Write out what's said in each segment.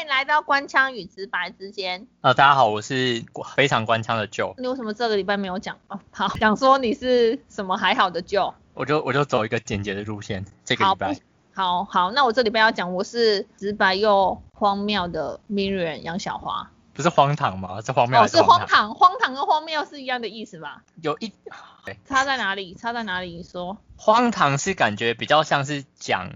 迎来到官腔与直白之间。呃，大家好，我是非常官腔的 Joe，你为什么这个礼拜没有讲？哦，好，想说你是什么还好的 Joe。我就我就走一个简洁的路线，这个好礼不拜。好好，那我这礼拜要讲我是直白又荒谬的 Miriam 杨小花。不是荒唐吗？是荒谬哦，还是荒荒？唐，荒唐跟荒谬是一样的意思吧？有一差在哪里？差在哪里？你说。荒唐是感觉比较像是讲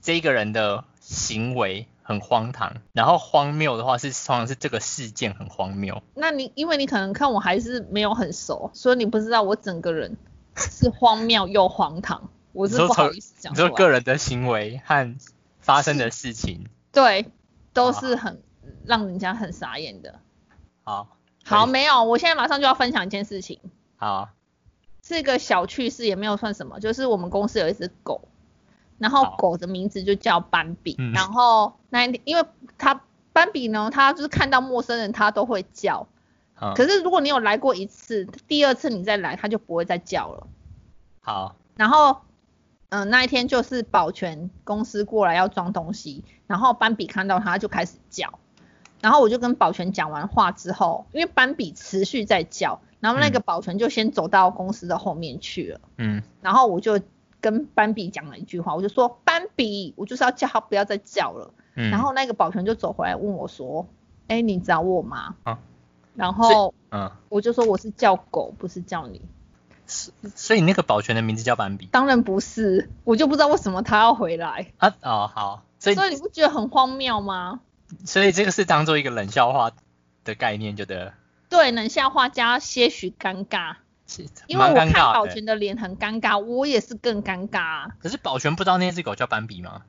这个人的行为很荒唐，然后荒谬的话是通常是这个事件很荒谬。那你因为你可能看我还是没有很熟，所以你不知道我整个人是荒谬又荒唐，我是你说不好从意思讲你出来。说个人的行为和发生的事情，对，都好是很让人家很傻眼的。好，好，可以没有，我现在马上就要分享一件事情，好，是一个小趣事，也没有算什么，就是我们公司有一只狗，然后好狗的名字就叫斑比，嗯然后那一天因为它斑比呢，它就是看到陌生人它都会叫，嗯，可是如果你有来过一次，第二次你再来它就不会再叫了。好，然后，嗯、那一天就是保全公司过来要装东西，然后斑比看到他就开始叫，然后我就跟保全讲完话之后，因为斑比持续在叫，然后那个保全就先走到公司的后面去了，嗯，然后我就跟斑比讲了一句话，我就说斑比，我就是要叫他不要再叫了，嗯，然后那个保全就走回来问我说，哎、你找我吗？啊然后嗯，我就说我是叫狗，不是叫你。所以那个保全的名字叫斑比当然不是，我就不知道为什么他要回来。啊，哦，好，所以所以你不觉得很荒谬吗？所以这个是当做一个冷笑话的概念，就得对，冷笑话加些许尴尬，因为蛮我尴看尬保的。全的脸很尴尬，我也是更尴尬啊。可是保全不知道那只狗叫斑比吗？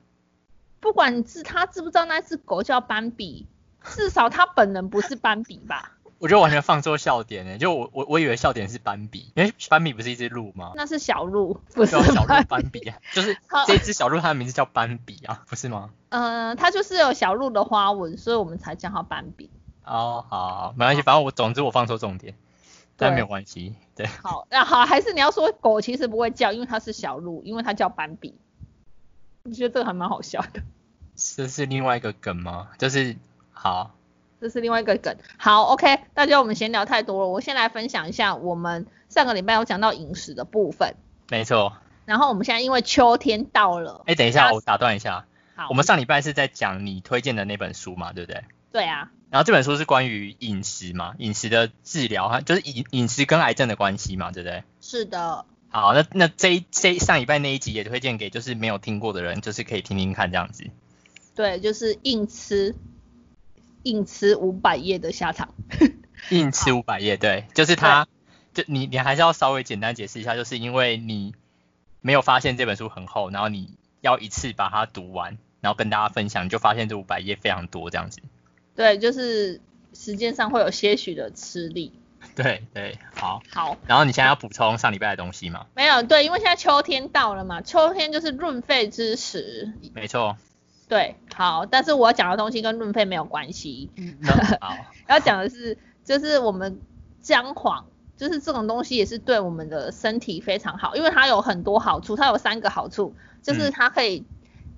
不管是他知不知道那只狗叫斑比，至少他本人不是斑比吧？我觉得完全放错笑点呢，就我我我以为笑点是斑比，因为斑比不是一只鹿吗？那是小鹿，不是叫小鹿斑。斑比 啊，就是好这只小鹿它的名字叫斑比啊，不是吗？嗯，它就是有小鹿的花纹，所以我们才叫它斑比。哦，好，好没关系，反正我总之我放错重点，但对没有关系，对，好，那好，还是你要说狗其实不会叫，因为它是小鹿，因为它叫斑比。我觉得这个还蛮好笑的。这是另外一个梗吗？就是好，这是另外一个梗。好，OK，大家我们闲聊太多了，我先来分享一下我们上个礼拜有讲到饮食的部分，没错。然后我们现在因为秋天到了，哎，等一大下，家我打断一下，好，我们上礼拜是在讲你推荐的那本书嘛，对不对？对啊，然后这本书是关于饮食嘛，饮食的治疗，它就是饮饮食跟癌症的关系嘛，对不对？是的，好，那那这一这一上礼拜那一集也推荐给就是没有听过的人，就是可以听听看这样子。对，就是硬吃，硬吃五百页的下场。硬吃五百页，对，就是它，就你你还是要稍微简单解释一下，就是因为你没有发现这本书很厚，然后你要一次把它读完，然后跟大家分享，你就发现这五百页非常多这样子。对，就是时间上会有些许的吃力。对对，好。好，然后你现在要补充上礼拜的东西嘛？没有对，因为现在秋天到了嘛，秋天就是润肺之时。没 错。对，好，但是我要讲的东西跟润肺没有关系。那好，要讲的是，就是我们姜黄，就是这种东西也是对我们的身体非常好，因为它有很多好处，它有三个好处，就是嗯它可以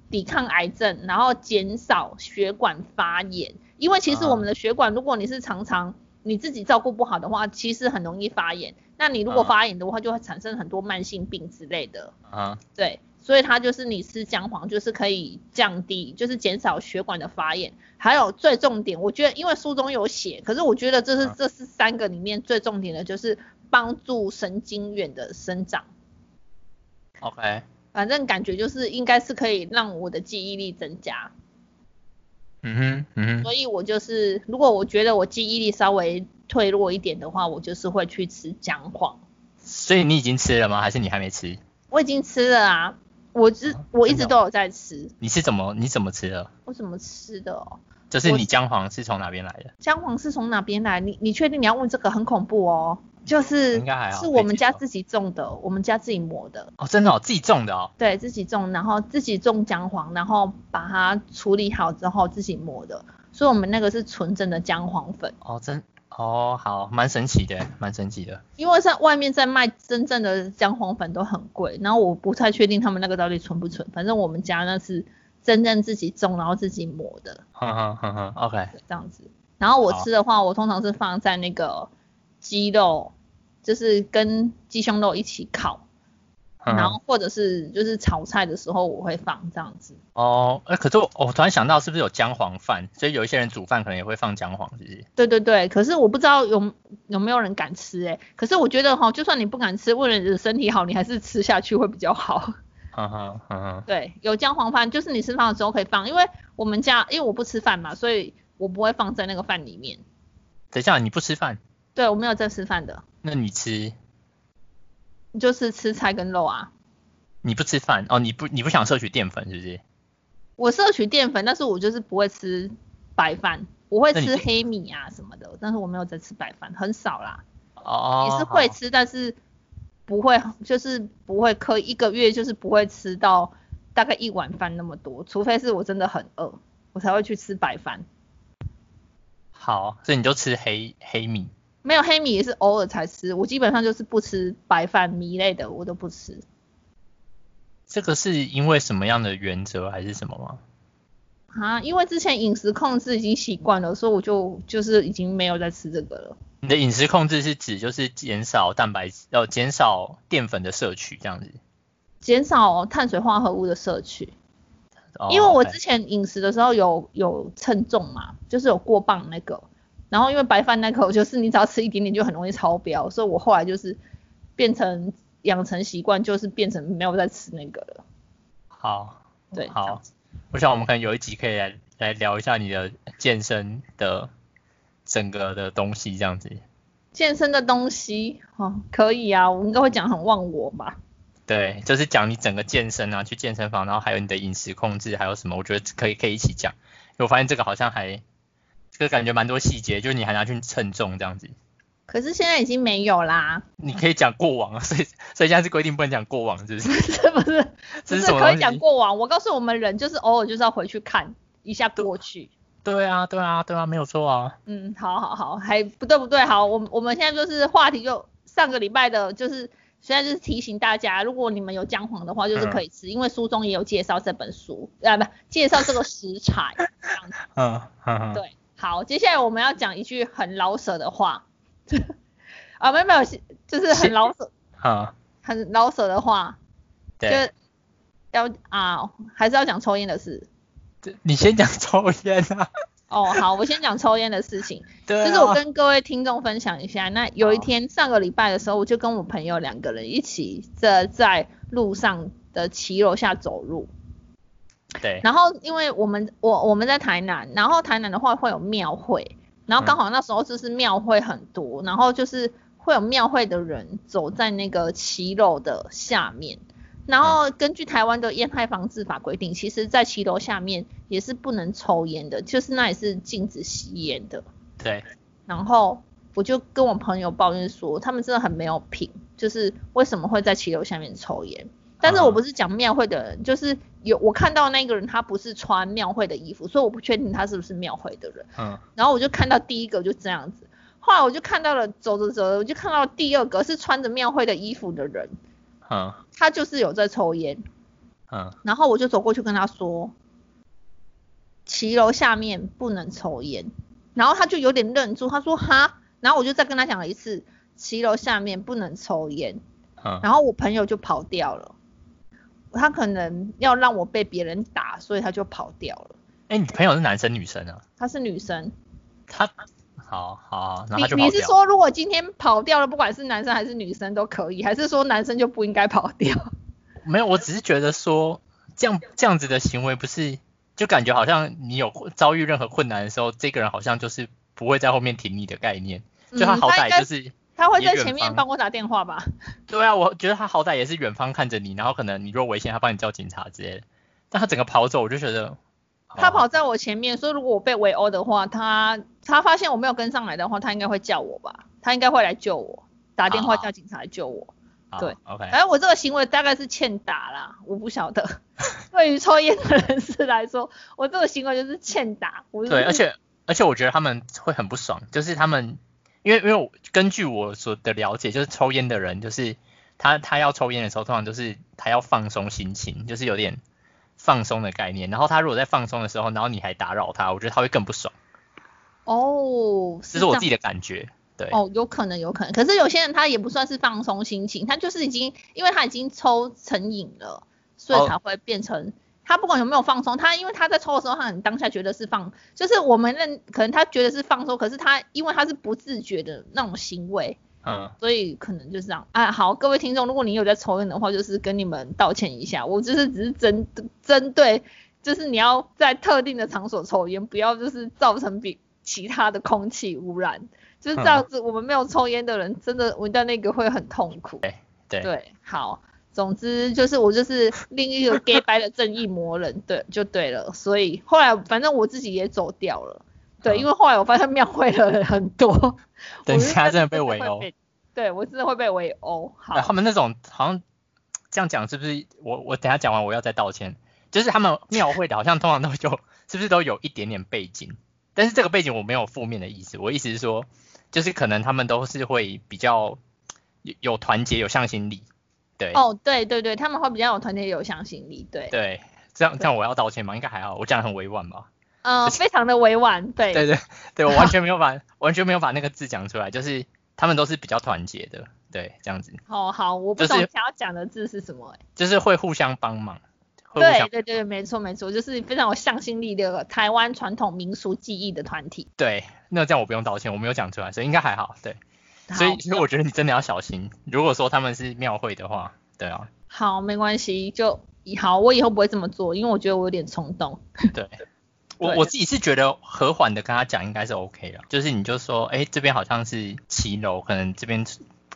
抵抗癌症，然后减少血管发炎，因为其实啊我们的血管，如果你是常常你自己照顾不好的话，其实很容易发炎。那你如果啊发炎的话，就会产生很多慢性病之类的。嗯，对，所以它就是你吃姜黄，就是可以降低，就是减少血管的发炎。还有最重点，我觉得因为书中有写，可是我觉得这是嗯这是三个里面最重点的，就是帮助神经元的生长。 OK，反正感觉就是应该是可以让我的记忆力增加，嗯哼，嗯哼，所以我就是如果我觉得我记忆力稍微退弱一点的话，我就是会去吃姜黄。所以你已经吃了吗？还是你还没吃？我已经吃了啊，我之我一直真都的哦有在吃，你是怎么你怎么吃的？我怎么吃的哦？就是我你姜黄是从哪边来的？姜黄是从哪边来？你你确定你要问这个很恐怖哦？就是应该还好是我可以们接家受自己种的，我们家自己磨的，哦，真的哦，自己种的哦。对自己种，然后自己种姜黄，然后把它处理好之后自己磨的，所以我们那个是纯正的姜黄粉，哦，真哦，好，蛮神奇的，蛮神奇的。因为在外面在卖真正的姜黄粉都很贵，然后我不太确定他们那个到底纯不纯，反正我们家那是真正自己种，然后自己磨的哼哼哼哼，OK，这样子。然后我好吃的话，我通常是放在那个鸡肉，就是跟鸡胸肉一起烤，哼然哼后或者是就是炒菜的时候我会放这样子。哦，哎、可是我我突然想到，是不是有姜黄饭？所以有一些人煮饭可能也会放姜黄，是不是？对对对，可是我不知道有有没有人敢吃哎、可是我觉得哈，就算你不敢吃，为了你的身体好，你还是吃下去会比较好。 哼哼哼哼，对，有姜黄饭就是你吃饭的时候可以放，因为我们家因为我不吃饭嘛，所以我不会放在那个饭里面。等一下你不吃饭，对，我没有在吃饭的，那你吃就是吃菜跟肉啊。你不吃饭哦，你不你不想摄取淀粉是不是？我摄取淀粉，但是我就是不会吃白饭，我会那你吃黑米啊什么的，但是我没有在吃白饭，很少啦。哦，也是会好吃，但是不会，就是不会刻意一个月就是不会吃到大概一碗饭那么多，除非是我真的很饿，我才会去吃白饭。好，所以你就吃黑黑米。没有黑米也是偶尔才吃，我基本上就是不吃白饭、米类的我都不吃。这个是因为什么样的原则还是什么吗？啊，因为之前饮食控制已经习惯了，所以我就就是已经没有在吃这个了。你的饮食控制是指就是减少蛋白质，呃，减少淀粉的摄取这样子。减少碳水化合物的摄取，哦、因为我 OK 之前饮食的时候有有称重嘛，就是有过磅那个，然后因为白饭那口就是你只要吃一点点就很容易超标，所以我后来就是变成养成习惯，就是变成没有再吃那个了。好，对，这样好子，我想我们可能有一集可以来来聊一下你的健身的整个的东西这样子。健身的东西哦，可以啊，我应该会讲很忘我吧？对，就是讲你整个健身啊，去健身房，然后还有你的饮食控制，还有什么，我觉得可以可以一起讲。因为我发现这个好像还，这个感觉蛮多细节，就是你还拿去称重这样子。可是现在已经没有啦， 你可以讲过往啊， 所以所以现在是规定不能讲过往，是 不是？是不是？这不是是什么可以东西讲过往，我告诉我们人就是偶尔就是要回去看一下过去。对啊，对啊，对啊，没有错啊。嗯，好好好，还不对不对，好，我们我们现在就是话题就上个礼拜的，就是现在就是提醒大家，如果你们有姜黄的话，就是可以吃，因为书中也有介绍这本书，啊不，介绍这个食材这样子。嗯嗯嗯，对，好，接下来我们要讲一句很老舍的话，啊没有没有，就是很老舍嗯，很老舍的话，就对。要啊还是要讲抽烟的事。这你先讲抽烟 啊。哦，好，我先讲抽烟的事情。对啊。就是我跟各位听众分享一下，那有一天上个礼拜的时候，我就跟我朋友两个人一起在在路上的骑楼下走路，对然后因为我们我我们在台南，然后台南的话会有庙会，然后刚好那时候就是庙会很多，然后就是会有庙会的人走在那个骑楼的下面。然后根据台湾的烟害防治法规定，其实，在骑楼下面也是不能抽烟的，就是那也是禁止吸烟的。对然后我就跟我朋友抱怨说，他们真的很没有品，就是为什么会在骑楼下面抽烟？但是我不是讲庙会的人，就是有我看到那个人他不是穿庙会的衣服，所以我不确定他是不是庙会的人。嗯然后我就看到第一个就这样子，后来我就看到了走着走着，我就看到第二个是穿着庙会的衣服的人，嗯他就是有在抽烟。嗯，然后我就走过去跟他说，骑楼下面不能抽烟。然后他就有点愣住，他说哈，然后我就再跟他讲了一次，骑楼下面不能抽烟。嗯然后我朋友就跑掉了，他可能要让我被别人打，所以他就跑掉了。哎、你朋友是男生女生啊？她是女生，他好好，然后你他就跑你是掉说如果今天跑掉了，不管是男生还是女生都可以，还是说男生就不应该跑掉？没有？我只是觉得说这样这样子的行为不是，就感觉好像你有遭遇任何困难的时候，这个人好像就是不会在后面挺你的概念，就他嗯好应该歹就是。他会你在远前面方帮我打电话吧？对啊，我觉得他好歹也是远方看着你，然后可能你若危险，他帮你叫警察之类的。但他整个跑走，我就觉得他跑哦在我前面，所以如果我被围殴的话，他他发现我没有跟上来的话，他应该会叫我吧？他应该会来救我，打电话啊叫警察来救我。好对哎，OK，反正我这个行为大概是欠打啦，我不晓 得。对于抽烟的人士来说，我这个行为就是欠打。我就是对，而且而且我觉得他们会很不爽，就是他们因为因为我根据我所的了解，就是抽烟的人，就是他他要抽烟的时候，通常就是他要放松心情，就是有点放松的概念。然后他如果在放松的时候，然后你还打扰他，我觉得他会更不爽。哦，这是我样自己的感觉。对，哦，有可能，有可能。可是有些人他也不算是放松心情，他就是已经，因为他已经抽成瘾了，所哦以才会变成、他不管有没有放松，他因为他在抽的时候，他很当下觉得是放，就是我们认可能他觉得是放松，可是他因为他是不自觉的那种行为，嗯，所以可能就是这样。啊，好，各位听众，如果你有在抽烟的话，就是跟你们道歉一下，我就是只是针针对，就是你要在特定的场所抽烟，不要就是造成比其他的空气污染，就是这样子。我们没有抽烟的人，真的闻到那个会很痛苦。对对，好。总之就是我就是另一个 gay 白的正义魔人，对，就对了。所以后来反正我自己也走掉了，对，嗯因为后来我发现庙会的人很 多，等一下我真的是被围殴会。被。对，我真的会被围殴。好哎，他们那种好像这样讲是不是？我我等一下讲完我要再道歉。就是他们庙会的，好像通常都有，是不是都有一点点背景？但是这个背景我没有负面的意思，我意思是说，就是可能他们都是会比较有有团结、有向心力。对，哦，对对对，他们会比较有团结有向心力，对，对，这样这样我要道歉吗？应该还好，我讲得很委婉吧？呃，非常的委婉，对， 对对对，我完全没有把完全没有把那个字讲出来，就是他们都是比较团结的，对，这样子哦好，我不就是懂想要讲的字是什么、欸，就是会互相帮忙，会互对相对对，没错没错，就是非常有向心力的台湾传统民俗技艺的团体。对，那这样我不用道歉，我没有讲出来，所以应该还好，对，所好以所以我觉得你真的要小心，如果说他们是庙会的话，对啊，好，没关系，就以好，我以后不会这么做，因为我觉得我有点冲动。对。我我自己是觉得和缓的跟他讲应该是 OK 的，就是你就说，哎、这边好像是骑楼，可能这边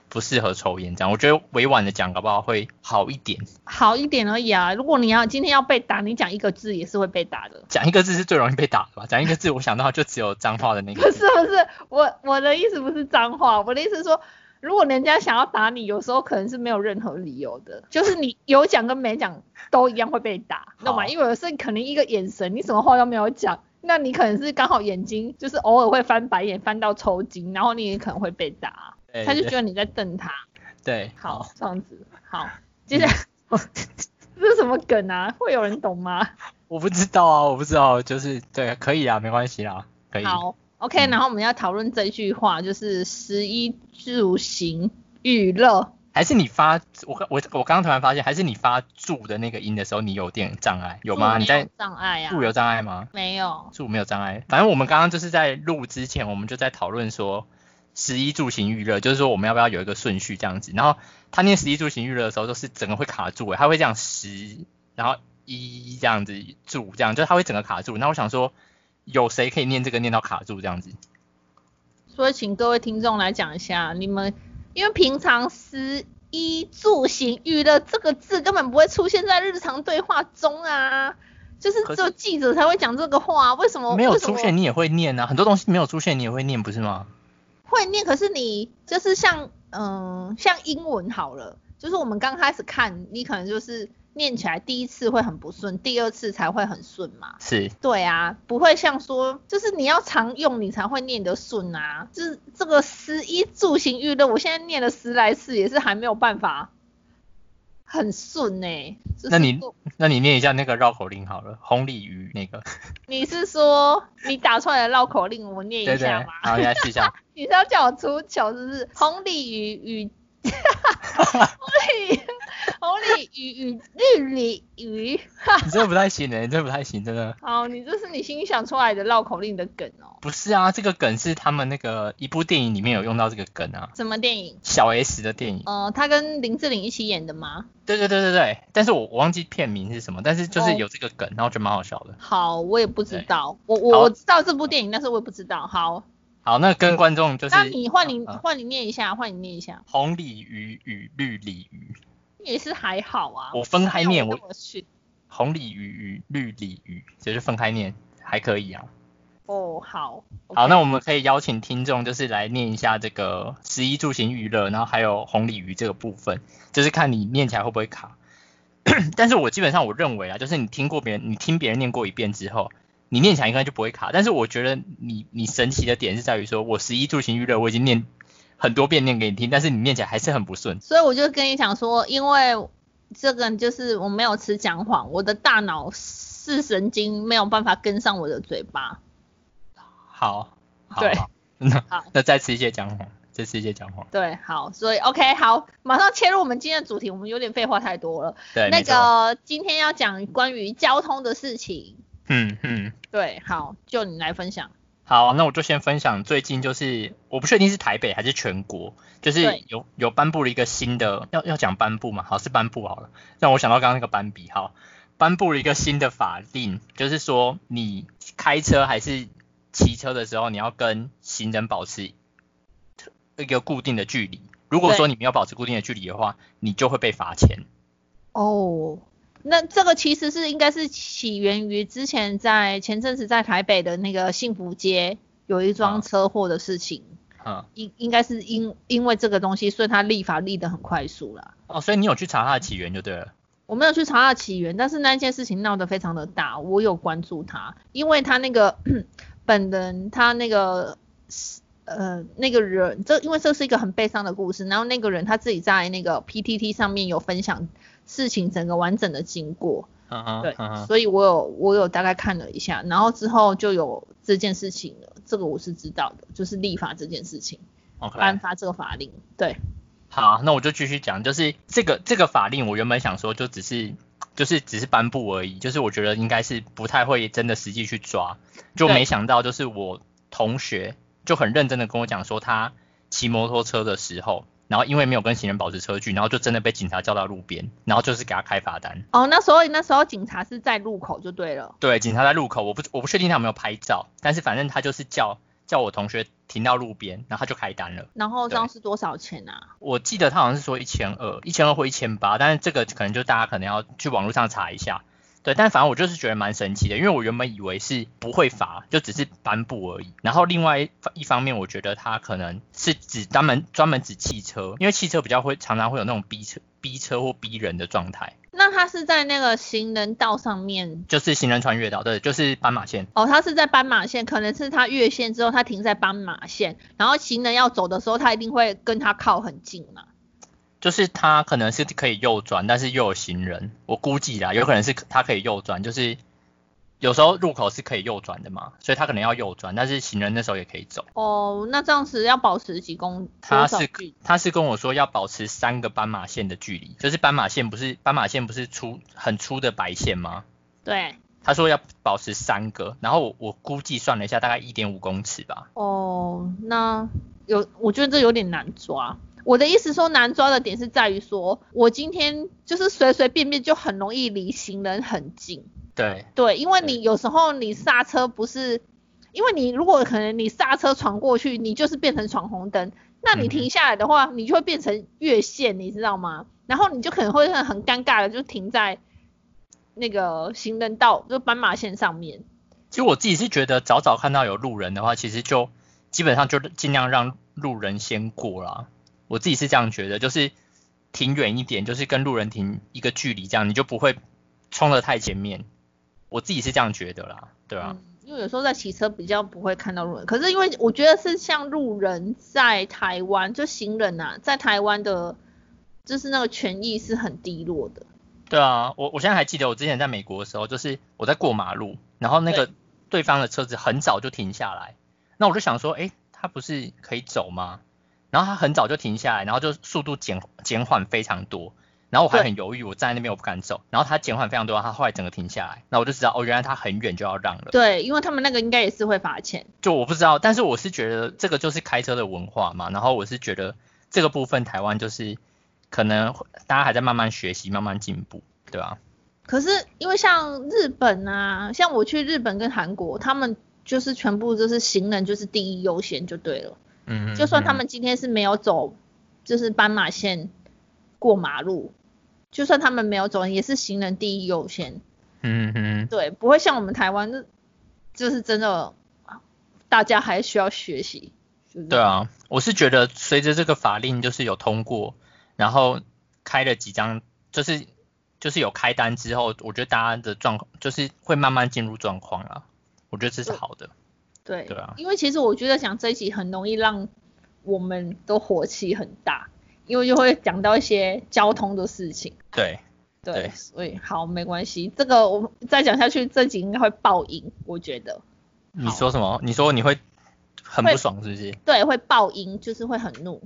不适合抽烟这样，我觉得委婉的讲搞不好会好一点。好一点而已啊，如果你要今天要被打，你讲一个字也是会被打的。 讲一个字是最容易被打的吧？讲一个字，我想到就只有脏话的那不 个字。是不是，我我的意思不是脏话，我的意思是说，如果人家想要打你，有时候可能是没有任何理由的，就是你有讲跟没讲都一样会被打，懂吗？好因为有时候可能一个眼神，你什么话都没有讲，那你可能是刚好眼睛就是偶尔会翻白眼，翻到抽筋，然后你也可能会被打，对他就对觉得你在瞪他，对，好，这样子，嗯好，接下来。 这是什么梗啊？会有人懂吗？我不知道啊，我不知道，就是对，可以啊，没关系啦，可以。好，OK，嗯然后我们要讨论这句话，就是十一住行娱乐。还是你发我我我刚刚突然发现，还是你发住的那个音的时候，你有点障碍，有嗯吗？住没你在障碍啊？住有障碍吗？没有？住没有障碍，反正我们刚刚就是在录之前，我们就在讨论说十一住行娱乐，就是说我们要不要有一个顺序这样子。然后他念十一住行娱乐的时候，就是整个会卡住、欸，他会这样十，然后一这样子住这样，就是他会整个卡住。那我想说，有谁可以念这个念到卡住这样子？所以请各位听众来讲一下，你们因为平常十一住行娱乐这个字根本不会出现在日常对话中啊，就是可是只有记者才会讲这个话，为什么没有哦为什么出现你也会念啊，很多东西没有出现你也会念，不是吗？会念，可是你就是像嗯、像英文好了，就是我们刚开始看，你可能就是念起来第一次会很不顺，第二次才会很顺嘛。是，对啊，不会像说，就是你要常用，你才会念得顺啊。就是这个十一住行娱乐，我现在念了十来次，也是还没有办法很顺呢、欸就是那你做那你念一下那个绕口令好了，红鲤鱼那个，你是说你打出来的绕口令，我念对一对，下然吗？后你来试 一下，你是要叫我出糗，是不是？红鲤鱼 与红鲤红鲤鱼与绿鲤鱼，你真的不太行的，你真的不太行，真的。好，你这是你心想出来的绕口令的梗哦。不是啊，这个梗是他们那个一部电影里面有用到这个梗啊，什么电影？小 S 的电影。呃，他跟林志玲一起演的吗？对对对对对，但是我我忘记片名是什么，但是就是哦有这个梗，然后觉得蛮好笑的。好，我也不知对道，我好我我知道这部电影，但是我也不知道。好，好，那跟观众就是，那你换你嗯嗯换你念一下，换你念一下，红鲤鱼与绿鲤鱼，也是还好啊。我分开念，我我去。红鲤鱼与绿鲤鱼，就是分开念，还可以啊。哦，好。好， OK 那我们可以邀请听众就是来念一下这个十一住行娱乐，然后还有红鲤鱼这个部分，就是看你念起来会不会卡。 但是我基本上我认为啊，就是你听过别人，你听别人念过一遍之后，你念起来应该就不会卡。但是我觉得你你神奇的点是在于说，我十一住行娱乐我已经念很多遍念给你听，但是你念起来还是很不顺。所以我就跟你讲说，因为这个就是我没有吃姜黄，我的大脑视神经没有办法跟上我的嘴巴。好，好对好那好那再吃一些姜黄，再吃一些姜黄，对，好，所以 OK，好，马上切入我们今天的主题，我们有点废话太多了。对，那哎没错，个今天要讲关于交通的事情，嗯嗯，对，好，就你来分享。好，那我就先分享最近就是我不确定是台北还是全国，就是对有有颁布了一个新的，要要讲颁布嘛，好是颁布好了，让我想到刚刚那个斑比好，颁布了一个新的法令，就是说你开车还是骑车的时候，你要跟行人保持一个固定的距离。如果对说你没有保持固定的距离的话，你就会被罚钱。哦，那这个其实是应该是起源于之前在前阵子在台北的那个幸福街有一桩啊车祸的事情，嗯，应应该是因因为这个东西，所以它立法立得很快速啦。哦，所以你有去查它的起源就对了。我没有去查它的起源，但是那一件事情闹得非常的大，我有关注他，因为他那个 本人他那个呃那个人，这因为这是一个很悲伤的故事，然后那个人他自己在那个 PTT 上面有分享事情整个完整的经过，嗯哼，对，嗯哼，所以我有我有大概看了一下，然后之后就有这件事情了，这个我是知道的，就是立法这件事情， OK。颁发这个法令，对，好，那我就继续讲，就是这个这个法令，我原本想说就只是就是只是颁布而已，就是我觉得应该是不太会真的实际去抓，就对没想到就是我同学就很认真的跟我讲说，他骑摩托车的时候，然后因为没有跟行人保持车距，然后就真的被警察叫到路边，然后就是给他开罚单。哦，那时候那时候警察是在路口就对了。对，警察在路口，我不我不确定他有没有拍照，但是反正他就是叫叫我同学停到路边，然后他就开单了。然后这对样是多少钱啊？我记得他好像是说一千二、一千二或一千八，但是这个可能就大家可能要去网络上查一下。对，但反正我就是觉得蛮神奇的，因为我原本以为是不会罚，就只是颁布而已。然后另外一方面，我觉得他可能是指专门专门指汽车，因为汽车比较会常常会有那种逼车、逼车或逼人的状态，那他是在那个行人道上面，就是行人穿越道，对，就是斑马线。哦，他是在斑马线，可能是他越线之后，他停在斑马线，然后行人要走的时候，他一定会跟他靠很近嘛。就是他可能是可以右转，但是又有行人，我估计啦，有可能是他可以右转，就是有时候路口是可以右转的嘛，所以他可能要右转，但是行人那时候也可以走。哦，那这样子要保持几公他多少是距离？他是跟我说要保持三个斑马线的距离，就是斑马线不是斑马线不是粗很粗的白线吗？对，他说要保持三个，然后我我估计算了一下，大概一点五公尺吧。哦，那有，我觉得这有点难抓。我的意思说难抓的点是在于说，我今天就是随随便便就很容易离行人很近。对，对，因为对你有时候你刹车不是，因为你如果可能你刹车闯过去，你就是变成闯红灯，那你嗯哼停下来的话，你就会变成越线，你知道吗？然后你就可能会很很尴尬的就停在那个行人道，就斑马线上面。其实我自己是觉得早早看到有路人的话，其实就基本上就尽量让路人先过啦。我自己是这样觉得，就是停远一点，就是跟路人停一个距离，这样你就不会冲得太前面。我自己是这样觉得啦，对啊，嗯，因为有时候在骑车比较不会看到路人，可是因为我觉得是像路人在台湾，就行人啊，在台湾的，就是那个权益是很低落的。对啊，我我现在还记得我之前在美国的时候，就是我在过马路，然后那个对方的车子很早就停下来，那我就想说，诶，他不是可以走吗？然后他很早就停下来，然后就速度减减缓非常多，然后我还对很犹豫，我站在那边我不敢走，然后他减缓非常多，他后来整个停下来，那我就知道哦，原来他很远就要让了，对，因为他们那个应该也是会罚钱。就我不知道，但是我是觉得这个就是开车的文化嘛，然后我是觉得这个部分台湾就是可能大家还在慢慢学习，慢慢进步，对啊吧、可是因为像日本啊，像我去日本跟韩国，他们就是全部就是行人就是第一优先就对了。嗯，就算他嗯们今天是没有走，就是斑马线过马路，就算他们没有走，也是行人第一优先。嗯嗯，对，不会像我们台湾，就就是真的大家还需要学习。就是对啊，我是觉得随着这个法令就是有通过，然后开了几张，就是就是有开单之后，我觉得大家的状况就是会慢慢进入状况啦。我觉得这是好的，对对啊因为其实我觉得讲这一集很容易让我们都火气很大，因为就会讲到一些交通的事情。对，对，对所以好没关系，这个我再讲下去，这集应该会爆音，我觉得。你说什么？你说你会很会不爽是不是？对，会爆音，就是会很怒，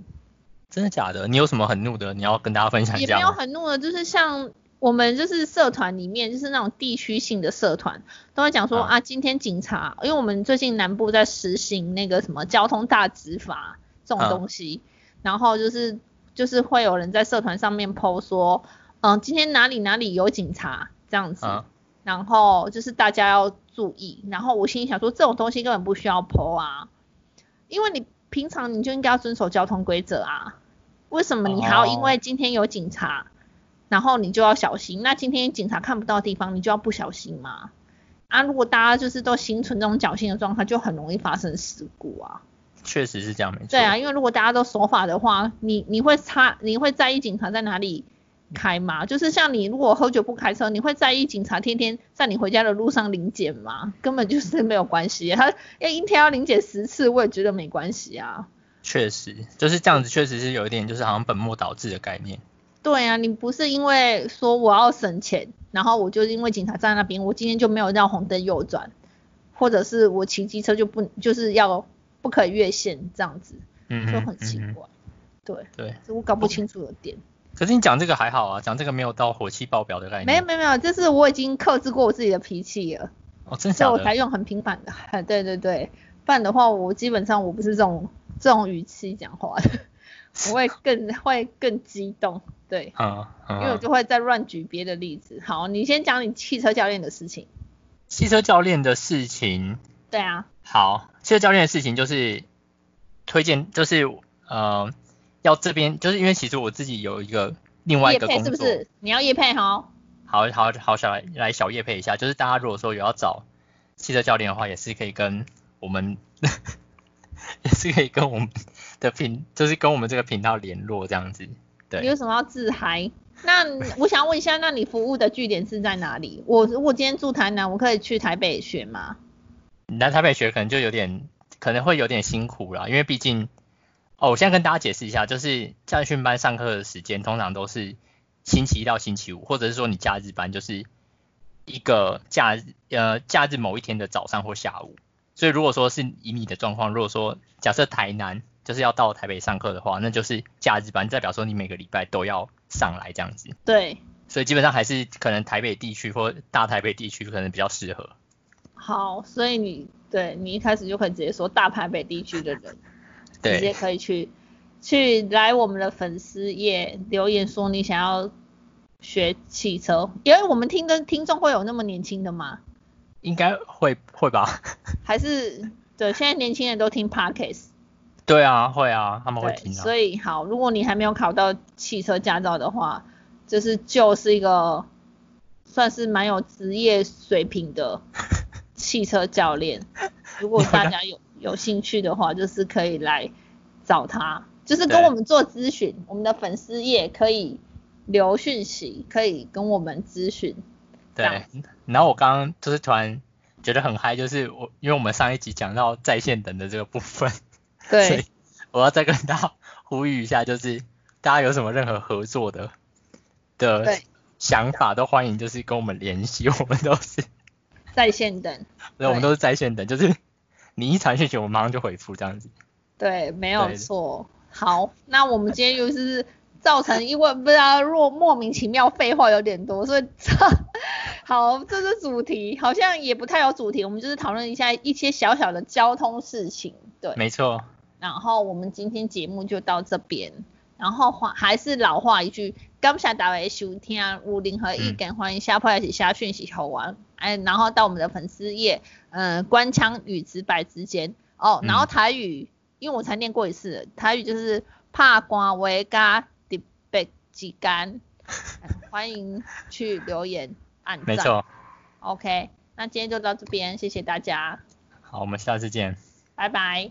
真的假的？你有什么很怒的？你要跟大家分享一也没下有吗？很怒的，就是像我们就是社团里面，就是那种地区性的社团，都会讲说啊啊，今天警察，因为我们最近南部在实行那个什么交通大执法这种啊东西，然后就是就是会有人在社团上面 PO 说，嗯、今天哪里哪里有警察这样子，啊然后就是大家要注意。然后我心里想说，这种东西根本不需要 PO 啊，因为你平常你就应该要遵守交通规则啊。为什么你还要因为今天有警察，然后你就要小心？那今天警察看不到的地方，你就要不小心嘛？啊，如果大家就是都心存这种侥幸的状态，就很容易发生事故啊。确实是这样，没错。对啊，因为如果大家都守法的话，你你会差，你会在意警察在哪里开吗？就是像你如果喝酒不开车，你会在意警察天天在你回家的路上临检吗？根本就是没有关系，他要一天要临检十次，我也觉得没关系啊。确实就是这样子，确实是有一点就是好像本末倒置的概念。对啊，你不是因为说我要省钱，然后我就因为警察在那边，我今天就没有绕红灯右转，或者是我骑机车就不就是要不可以越线这样子，嗯就哼很奇嗯哼怪。对，对，这我搞不清楚的点。可是你讲这个还好啊，讲这个没有到火气爆表的概念。没有没有没有，这是我已经克制过我自己的脾气了，哦，真所以的假我的才？用很平板的。 对对对，不然的话我基本上我不是这种这种语气讲话的， 我会更 会更激动。对，嗯因为我嗯，就会再乱举别的例子。好，你先讲你汽车教练的事情。汽车教练的事情，对啊，好，汽车教练的事情就是推荐，就是呃，要这边就是因为其实我自己有一个另外一叶个配工是作，不是？你要叶配哈？好好好小来来小叶配一下，就是大家如果说有要找汽车教练的话，也是可以跟我们， 也是可以跟我们的频，就是跟我们这个频道联络这样子。你为对，什么要自嗨？那我想问一下，那你服务的据点是在哪里？我如果今天住台南，我可以去台北学吗？你来台北学可能就有点，可能会有点辛苦啦，因为毕竟，哦，我现在跟大家解释一下，就是驾训班上课的时间通常都是星期一到星期五，或者是说你假日班就是一个假日呃假日某一天的早上或下午。所以如果说是以你的状况，如果说假设台南就是要到台北上课的话，那就是假日班，代表说你每个礼拜都要上来这样子。对，所以基本上还是可能台北地区或大台北地区可能比较适合。好，所以你对你一开始就可以直接说大台北地区的人，直接对，可以去去来我们的粉丝页留言说你想要学汽车，因为我们听的听众会有那么年轻的吗？应该会会吧？还是对现在年轻人都听 podcast，对啊，会啊，他们会对，听啊。所以好，如果你还没有考到汽车驾照的话，就是就是一个算是蛮有职业水平的汽车教练。如果大家有有兴趣的话，就是可以来找他，就是跟对我们做咨询，我们的粉丝也可以留讯息，可以跟我们咨询。这样对，然后我刚刚就是突然觉得很嗨，就是我因为我们上一集讲到在线等的这个部分，所对以，我要再跟大家呼吁一下，就是大家有什么任何合作的的对想法，都欢迎就是跟我们联系，我们都是，在线等，对，我们都是在线等，就是你一传讯息，我们马上就回复这样子。对，没有对错。好，那我们今天就是造成，因为不知道若莫名其妙废话有点多，所以 好，这是主题，好像也不太有主题，我们就是讨论一下一些小小的交通事情，对。没错，然后我们今天节目就到这边，然后话还是老话一句，感谢大家收听，有任何意见欢迎下破来写下讯息好玩，哎，然后到我们的粉丝页，嗯、官腔与直白之间哦，嗯然后台语，因为我才念过一次，台语就是怕官维加迪北之间，哎欢迎去留言按没赞错。 ，OK，那今天就到这边，谢谢大家，好，我们下次见。拜拜。